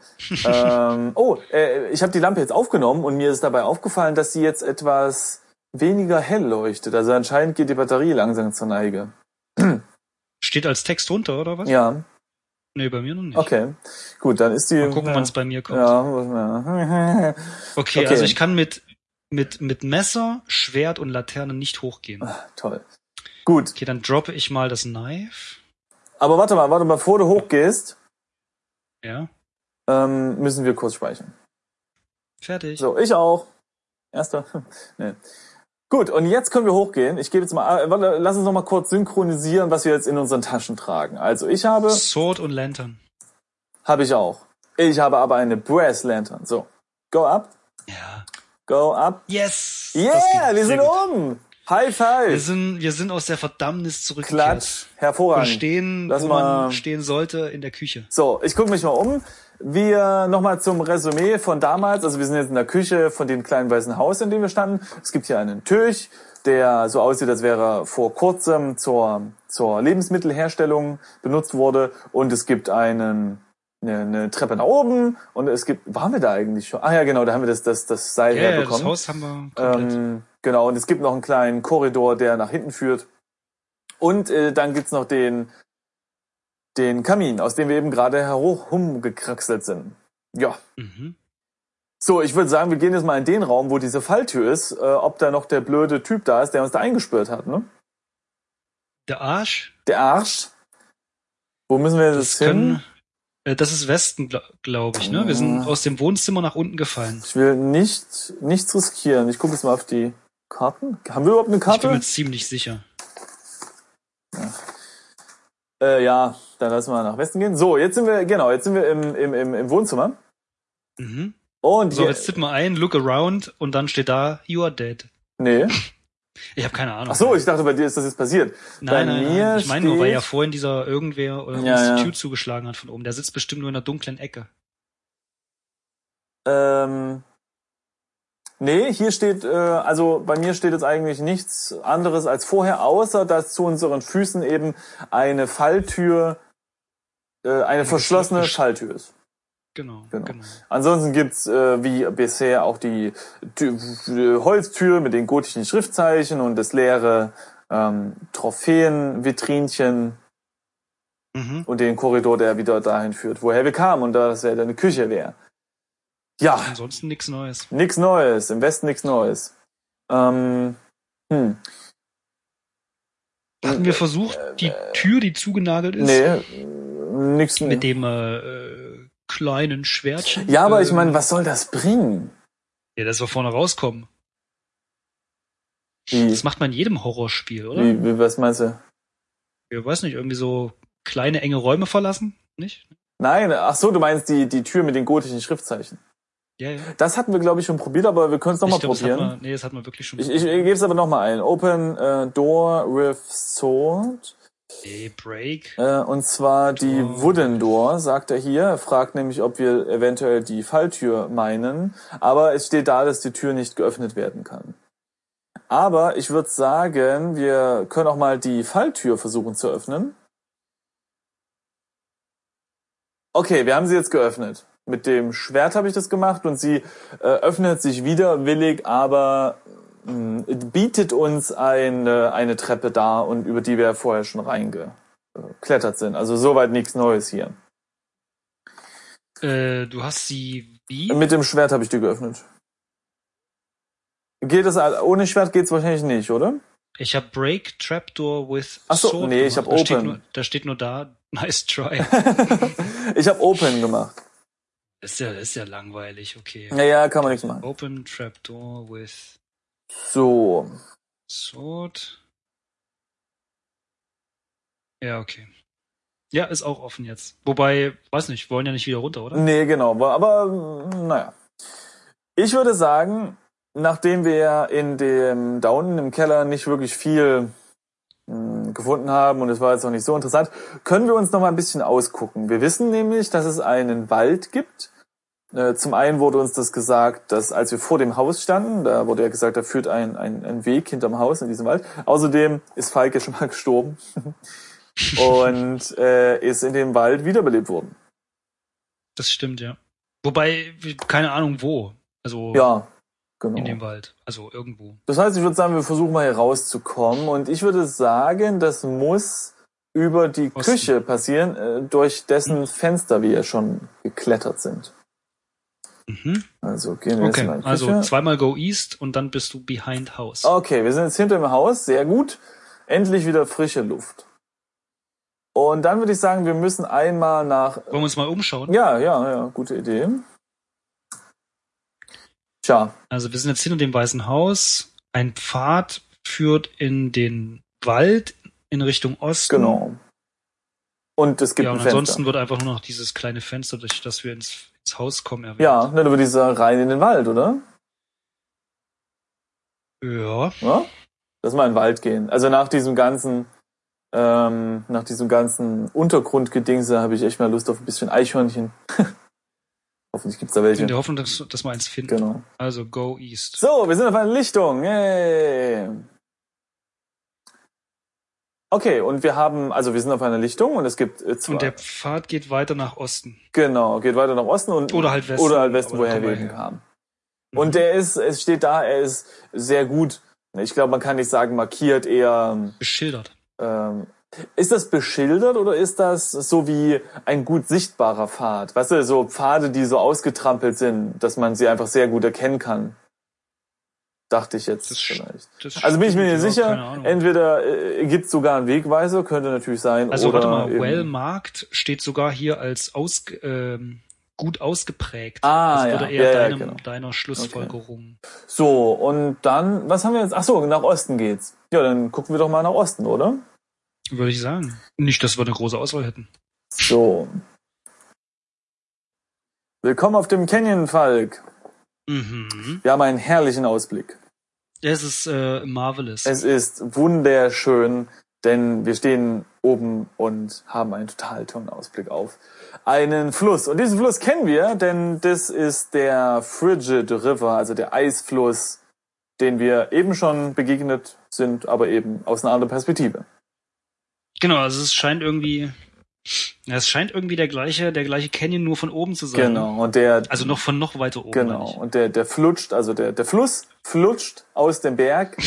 Speaker 1: ähm, oh, äh, ich habe die Lampe jetzt aufgenommen und mir ist dabei aufgefallen, dass sie jetzt etwas weniger hell leuchtet. Also anscheinend geht die Batterie langsam zur Neige.
Speaker 2: Steht als Text drunter, oder was?
Speaker 1: Ja,
Speaker 2: Nee, bei mir noch nicht.
Speaker 1: okay. Gut, dann ist die.
Speaker 2: Mal gucken, wann es bei mir kommt.
Speaker 1: ja, muss man-
Speaker 2: Okay,
Speaker 1: Okay.
Speaker 2: also ich kann mit, mit, mit Messer, Schwert und Laterne nicht hochgehen.
Speaker 1: Toll. Gut,
Speaker 2: Okay, dann droppe ich mal das Knife.
Speaker 1: aber warte mal, warte mal, bevor du hochgehst,
Speaker 2: Ja,
Speaker 1: ähm, müssen wir kurz speichern.
Speaker 2: fertig.
Speaker 1: So, ich auch. Erster. nee. Gut, und jetzt können wir hochgehen. Ich gebe jetzt mal, äh, warte, lass uns noch mal kurz synchronisieren, was wir jetzt in unseren Taschen tragen. Also ich habe,
Speaker 2: Sword und Lantern.
Speaker 1: habe ich auch. Ich habe aber eine Brass Lantern. So, go up,
Speaker 2: Ja.
Speaker 1: go up.
Speaker 2: Yes! Das ging.
Speaker 1: Yeah, wir
Speaker 2: Sehr
Speaker 1: sind
Speaker 2: gut.
Speaker 1: oben. High
Speaker 2: Wir
Speaker 1: five.
Speaker 2: sind, wir sind aus der Verdammnis zurückgekehrt.
Speaker 1: Klatsch.
Speaker 2: Wir
Speaker 1: Hervorragend.
Speaker 2: stehen,
Speaker 1: Lass
Speaker 2: wo
Speaker 1: mal-
Speaker 2: man stehen sollte, in der Küche.
Speaker 1: So, ich gucke mich mal um. Wir nochmal zum Resümee von damals. Also wir sind jetzt in der Küche von dem kleinen weißen Haus, in dem wir standen. Es gibt hier einen Tisch, der so aussieht, als wäre er vor kurzem zur, zur Lebensmittelherstellung benutzt wurde. Und es gibt einen, eine, eine Treppe nach oben. Und es gibt, waren wir da eigentlich schon? Ah ja, genau, da haben wir das, das, das Seil
Speaker 2: Ja, ja, das
Speaker 1: herbekommen.
Speaker 2: Haus haben wir komplett.
Speaker 1: Ähm, genau, und es gibt noch einen kleinen Korridor, der nach hinten führt. Und äh, dann gibt's noch den, den Kamin, aus dem wir eben gerade herumgekraxelt sind. Ja.
Speaker 2: mhm.
Speaker 1: So, ich würde sagen, wir gehen jetzt mal in den Raum, wo diese Falltür ist, äh, ob da noch der blöde Typ da ist, der uns da eingespürt hat, ne?
Speaker 2: Der Arsch,
Speaker 1: Der Arsch. Wo müssen wir jetzt
Speaker 2: das
Speaker 1: hin?
Speaker 2: können, äh, das ist Westen, glaube glaub ich, ne? Wir sind aus dem Wohnzimmer nach unten gefallen.
Speaker 1: Ich will nicht, nichts riskieren. Ich gucke jetzt mal auf die Karten. Haben wir überhaupt eine
Speaker 2: Ich bin
Speaker 1: Karte?
Speaker 2: mir ziemlich sicher.
Speaker 1: Äh, ja, dann lassen wir nach Westen gehen. So, jetzt sind wir, genau, jetzt sind wir im, im, im, im Wohnzimmer.
Speaker 2: Mhm.
Speaker 1: Und
Speaker 2: So,
Speaker 1: hier-
Speaker 2: jetzt tippen wir ein, look around und dann steht da, you are dead.
Speaker 1: Nee.
Speaker 2: Ich habe keine Ahnung.
Speaker 1: Ach so, ich dachte, bei dir ist das jetzt passiert.
Speaker 2: Nein,
Speaker 1: Bei
Speaker 2: nein,
Speaker 1: mir
Speaker 2: nein. Ich meine nur, weil
Speaker 1: steht-
Speaker 2: ja vorhin dieser irgendwer oder
Speaker 1: Ja,
Speaker 2: uns
Speaker 1: ja.
Speaker 2: die Tür zugeschlagen hat von oben. Der sitzt bestimmt nur in einer dunklen Ecke.
Speaker 1: Ähm, nee, hier steht, äh, also bei mir steht jetzt eigentlich nichts anderes als vorher, außer dass zu unseren Füßen eben eine Falltür, äh, eine verschlossene
Speaker 2: Versch-
Speaker 1: Falltür ist.
Speaker 2: Genau,
Speaker 1: Genau.
Speaker 2: genau.
Speaker 1: Ansonsten gibt's äh, wie bisher auch die Tü- äh, Holztür mit den gotischen Schriftzeichen und das leere ähm, Trophäenvitrinchen
Speaker 2: Mhm.
Speaker 1: und den Korridor, der wieder dahin führt, woher wir kamen und dass ja eine Küche wäre. Ja,
Speaker 2: Ansonsten nichts Neues.
Speaker 1: Nix Neues, im Westen nix Neues. Ähm, hm,
Speaker 2: Hatten wir versucht, die Tür, die zugenagelt ist,
Speaker 1: Äh, nee, nix.
Speaker 2: mit dem äh, äh, kleinen Schwertchen.
Speaker 1: Ja, aber
Speaker 2: äh,
Speaker 1: ich meine, was soll das bringen?
Speaker 2: Ja, dass wir vorne rauskommen.
Speaker 1: Wie,
Speaker 2: Das macht man in jedem Horrorspiel, oder?
Speaker 1: wie, wie was meinst du?
Speaker 2: Ich weiß nicht, irgendwie so kleine, enge Räume verlassen, nicht?
Speaker 1: Nein, ach so, du meinst die, die Tür mit den gotischen Schriftzeichen.
Speaker 2: Ja, ja.
Speaker 1: Das hatten wir, glaube ich, schon probiert, aber wir können es nochmal
Speaker 2: ich glaub, das hat
Speaker 1: probieren.
Speaker 2: man, nee, das hat man wirklich schon.
Speaker 1: Ich, ich, ich gebe es aber nochmal ein. Open äh, Door with Sword.
Speaker 2: nee, Break.
Speaker 1: Äh, und zwar die
Speaker 2: Door.
Speaker 1: Wooden Door, sagt er hier. Er fragt nämlich, ob wir eventuell die Falltür meinen. Aber es steht da, dass die Tür nicht geöffnet werden kann. Aber ich würde sagen, wir können auch mal die Falltür versuchen zu öffnen. Okay, wir haben sie jetzt geöffnet. Mit dem Schwert habe ich das gemacht und sie äh, öffnet sich widerwillig, aber mh, bietet uns eine, eine Treppe dar und über die wir vorher schon reingeklettert sind. Also soweit nichts Neues hier.
Speaker 2: Äh, du hast sie wie?
Speaker 1: Mit dem Schwert habe ich die geöffnet. Geht es al- ohne Schwert geht's wahrscheinlich nicht, oder?
Speaker 2: Ich habe Break Trapdoor with
Speaker 1: Ach so,
Speaker 2: Sword.
Speaker 1: nee, ich
Speaker 2: gemacht.
Speaker 1: hab
Speaker 2: da Steht
Speaker 1: Open.
Speaker 2: nur, da steht nur da, nice try.
Speaker 1: ich habe Open gemacht.
Speaker 2: ist ja, ist ja langweilig, okay.
Speaker 1: Naja, kann man nichts machen.
Speaker 2: Open Trapdoor with
Speaker 1: So,
Speaker 2: Sword. Ja, okay. Ja, ist auch offen jetzt. Wobei, weiß nicht, wollen ja nicht wieder runter, oder?
Speaker 1: Nee, genau. Aber, aber mm, naja. Ich würde sagen, nachdem wir in dem da unten im Keller nicht wirklich viel mm, gefunden haben und es war jetzt noch nicht so interessant, können wir uns noch mal ein bisschen ausgucken. Wir wissen nämlich, dass es einen Wald gibt. Äh, Zum einen wurde uns das gesagt, dass als wir vor dem Haus standen, da wurde ja gesagt, da führt ein, ein, ein Weg hinterm Haus in diesem Wald. Außerdem ist Falk ja schon mal gestorben und äh, ist in dem Wald wiederbelebt worden.
Speaker 2: Das stimmt, ja. Wobei, keine Ahnung wo. Also
Speaker 1: Ja, genau.
Speaker 2: in dem Wald. Also irgendwo.
Speaker 1: Das heißt, ich würde sagen, wir versuchen mal hier rauszukommen. Und ich würde sagen, das muss über die
Speaker 2: Osten. Hm.
Speaker 1: Küche passieren, äh, durch dessen Fenster wir ja schon geklettert sind.
Speaker 2: Mhm.
Speaker 1: Also gehen wir
Speaker 2: Okay,
Speaker 1: jetzt mal in die Küche. Ah.
Speaker 2: also zweimal go east und dann bist du behind house.
Speaker 1: Okay, wir sind jetzt hinter dem Haus. Sehr gut. Endlich wieder frische Luft. Und dann würde ich sagen, wir müssen einmal nach...
Speaker 2: Wollen wir uns mal umschauen?
Speaker 1: Ja, ja, ja, gute Idee. Tja,
Speaker 2: Also wir sind jetzt hinter dem Weißen Haus. Ein Pfad führt in den Wald in Richtung Osten.
Speaker 1: genau. Und es gibt
Speaker 2: Hm. Ja,
Speaker 1: ein
Speaker 2: und
Speaker 1: Fenster.
Speaker 2: ansonsten wird einfach nur noch dieses kleine Fenster, durch das wir ins, ins Haus kommen, erwähnt.
Speaker 1: Ja, ne, dann würde ich sagen, rein in den Wald, oder?
Speaker 2: Ja.
Speaker 1: Ja? Lass mal in den Wald gehen. Also nach diesem ganzen, ähm, nach diesem ganzen Untergrundgedingse habe ich echt mal Lust auf ein bisschen Eichhörnchen. Hoffentlich gibt's da welche.
Speaker 2: In der Hoffnung, dass, dass wir eins finden.
Speaker 1: Genau.
Speaker 2: Also go east.
Speaker 1: So, wir sind auf einer Lichtung. Yay. Okay, und wir haben, also wir sind auf einer Lichtung und es gibt äh, zwei.
Speaker 2: Und der Pfad geht weiter nach Osten.
Speaker 1: genau, geht weiter nach Osten und
Speaker 2: Oder halt Westen.
Speaker 1: oder halt Westen,
Speaker 2: Aber da
Speaker 1: woher
Speaker 2: kommen
Speaker 1: wir
Speaker 2: wir
Speaker 1: eben
Speaker 2: her.
Speaker 1: kamen.
Speaker 2: Mhm.
Speaker 1: Und der ist, es steht da, er ist sehr gut. Ich glaube, man kann nicht sagen markiert, eher
Speaker 2: Beschildert.
Speaker 1: Ähm, ist das beschildert oder ist das so wie ein gut sichtbarer Pfad? Weißt du, so Pfade, die so ausgetrampelt sind, dass man sie einfach sehr gut erkennen kann? Dachte ich jetzt
Speaker 2: Das sch-
Speaker 1: vielleicht.
Speaker 2: Das
Speaker 1: Also bin ich mir
Speaker 2: stimmt,
Speaker 1: nicht
Speaker 2: ja, keine
Speaker 1: sicher.
Speaker 2: Ahnung.
Speaker 1: Entweder äh, gibt es sogar einen Wegweiser, könnte natürlich sein.
Speaker 2: Also
Speaker 1: oder
Speaker 2: warte mal,
Speaker 1: eben-
Speaker 2: Well Markt steht sogar hier als aus, ähm, gut ausgeprägt.
Speaker 1: Ah,
Speaker 2: das
Speaker 1: ja.
Speaker 2: würde eher
Speaker 1: Ja, ja,
Speaker 2: deinem,
Speaker 1: genau.
Speaker 2: deiner Schlussfolgerung.
Speaker 1: So, und dann, was haben wir jetzt? Ach so, nach Osten geht's. Ja, dann gucken wir doch mal nach Osten, oder?
Speaker 2: Würde ich sagen. Nicht, dass wir eine große Auswahl hätten.
Speaker 1: So. Willkommen auf dem Canyon, Falk.
Speaker 2: Mhm.
Speaker 1: Wir haben einen herrlichen Ausblick.
Speaker 2: Es ist äh, marvelous.
Speaker 1: Es ist wunderschön, denn wir stehen oben und haben einen total tollen Ausblick auf einen Fluss. Und diesen Fluss kennen wir, denn das ist der Frigid River, also der Eisfluss, den wir eben schon begegnet sind, aber eben aus einer anderen Perspektive.
Speaker 2: genau, also es scheint irgendwie. Ja, es scheint irgendwie der gleiche, der gleiche Canyon nur von oben zu sein.
Speaker 1: Genau. Und der,
Speaker 2: Also noch von noch weiter oben. meine
Speaker 1: genau. Und der, der flutscht, also der, der Fluss flutscht aus dem Berg.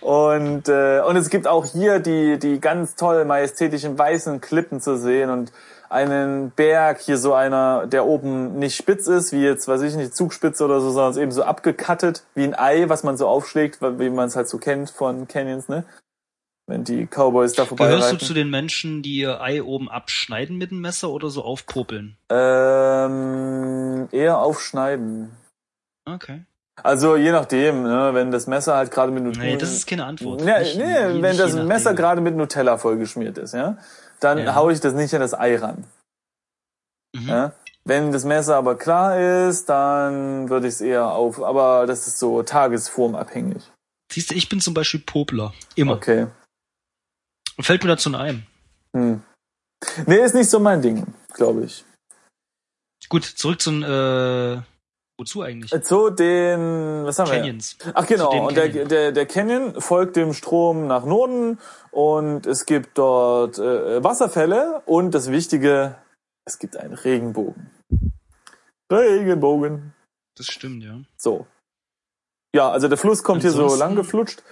Speaker 1: Und, äh, und es gibt auch hier die, die ganz toll majestätischen weißen Klippen zu sehen und einen Berg, hier so einer, der oben nicht spitz ist, wie jetzt, weiß ich nicht, Zugspitze oder so, sondern ist eben so abgekattet, wie ein Ei, was man so aufschlägt, wie man es halt so kennt von Canyons, ne? Wenn die Cowboys da
Speaker 2: ich. Gehörst du
Speaker 1: vorbeireiten.
Speaker 2: zu den Menschen, die ihr Ei oben abschneiden mit dem Messer oder so aufpopeln?
Speaker 1: Ähm, eher aufschneiden.
Speaker 2: Okay.
Speaker 1: Also je nachdem, ne? wenn das Messer halt gerade mit
Speaker 2: Nee, das ist keine Antwort.
Speaker 1: Ja,
Speaker 2: Nicht-
Speaker 1: nee,
Speaker 2: nicht
Speaker 1: wenn
Speaker 2: je
Speaker 1: das
Speaker 2: nachdem.
Speaker 1: Messer gerade mit Nutella vollgeschmiert ist, ja, dann
Speaker 2: Ja.
Speaker 1: hau haue ich das nicht an das Ei ran.
Speaker 2: Mhm.
Speaker 1: Ja? Wenn das Messer aber klar ist, dann würde ich es eher auf, aber das ist so tagesformabhängig.
Speaker 2: Siehst du, ich bin zum Beispiel Popler. Immer.
Speaker 1: Okay.
Speaker 2: Fällt mir dazu ein.
Speaker 1: Hm. Nee, ist nicht so mein Ding, glaube ich.
Speaker 2: Gut, zurück zum, äh, wozu eigentlich?
Speaker 1: Zu den, was haben wir?
Speaker 2: Canyons.
Speaker 1: Ach
Speaker 2: Zu dem
Speaker 1: genau, und der,
Speaker 2: Canyon.
Speaker 1: der, der Canyon folgt dem Strom nach Norden und es gibt dort äh, Wasserfälle und das Wichtige, es gibt einen Regenbogen. Regenbogen.
Speaker 2: Das stimmt, ja.
Speaker 1: So. Ja, also der Fluss kommt hier so
Speaker 2: Ansonsten-
Speaker 1: lang geflutscht.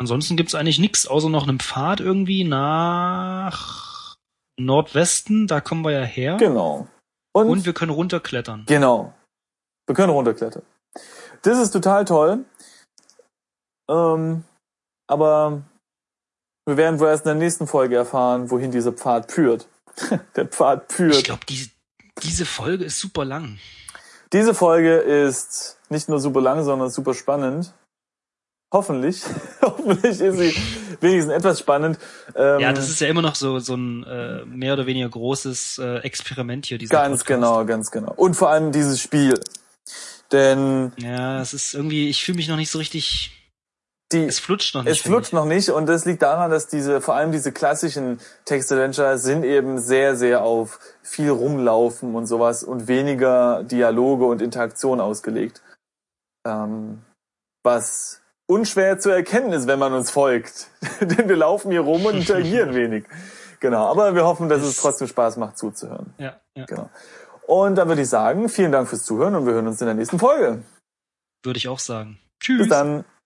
Speaker 2: Ansonsten gibt's eigentlich nichts, außer noch einen Pfad irgendwie nach Nordwesten. Da kommen wir ja her.
Speaker 1: Genau. Und,
Speaker 2: Und wir können runterklettern.
Speaker 1: genau. Wir können runterklettern. Das ist total toll. Ähm, aber wir werden wohl erst in der nächsten Folge erfahren, wohin dieser Pfad führt. der Pfad
Speaker 2: Ich
Speaker 1: führt.
Speaker 2: glaube, die, diese Folge ist super lang.
Speaker 1: Diese Folge ist nicht nur super lang, sondern super spannend. Hoffentlich. Hoffentlich ist sie wenigstens etwas spannend. Ähm,
Speaker 2: Ja, das ist ja immer noch so, so ein äh, mehr oder weniger großes äh, Experiment hier. Dieser
Speaker 1: ganz
Speaker 2: Podcast.
Speaker 1: genau, ganz genau. Und vor allem dieses Spiel. Denn
Speaker 2: Ja, es ist irgendwie, ich fühle mich noch nicht so richtig,
Speaker 1: die,
Speaker 2: es flutscht noch nicht.
Speaker 1: es
Speaker 2: finde
Speaker 1: flutscht noch nicht und das liegt daran, dass diese, vor allem diese klassischen Text-Adventure sind eben sehr, sehr auf viel rumlaufen und sowas und weniger Dialoge und Interaktion ausgelegt. Ähm, was unschwer zu erkennen ist, wenn man uns folgt. Denn wir laufen hier rum und interagieren wenig. Genau, aber wir hoffen, dass es trotzdem Spaß macht zuzuhören.
Speaker 2: ich. Ja, ja.
Speaker 1: Genau. Und dann würde ich sagen, vielen Dank fürs Zuhören und wir hören uns in der nächsten Folge.
Speaker 2: Würde ich auch sagen. Tschüss.
Speaker 1: Bis dann.